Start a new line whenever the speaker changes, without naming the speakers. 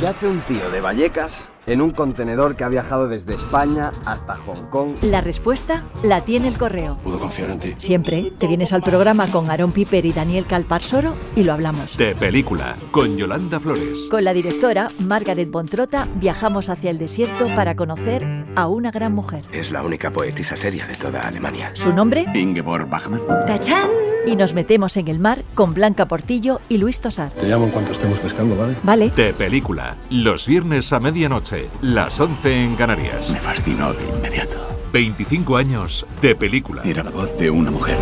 ¿Qué hace un tío de Vallecas en un contenedor que ha viajado desde España hasta Hong Kong?
La respuesta la tiene el correo.
Puedo confiar en ti.
Siempre te vienes al programa con Aaron Piper y Daniel Calparsoro y lo hablamos.
De película, con Yolanda Flores.
Con la directora Margaret Bontrota viajamos hacia el desierto para conocer a una gran mujer.
Es la única poetisa seria de toda Alemania.
¿Su nombre?
Ingeborg Bachmann.
¡Tachán! Y nos metemos en el mar con Blanca Portillo y Luis Tosar.
Te llamo en cuanto estemos pescando, ¿vale?
Vale.
De película, los viernes a medianoche, las 11 en Canarias.
Me fascinó de inmediato.
25 años de película.
Era la voz de una mujer.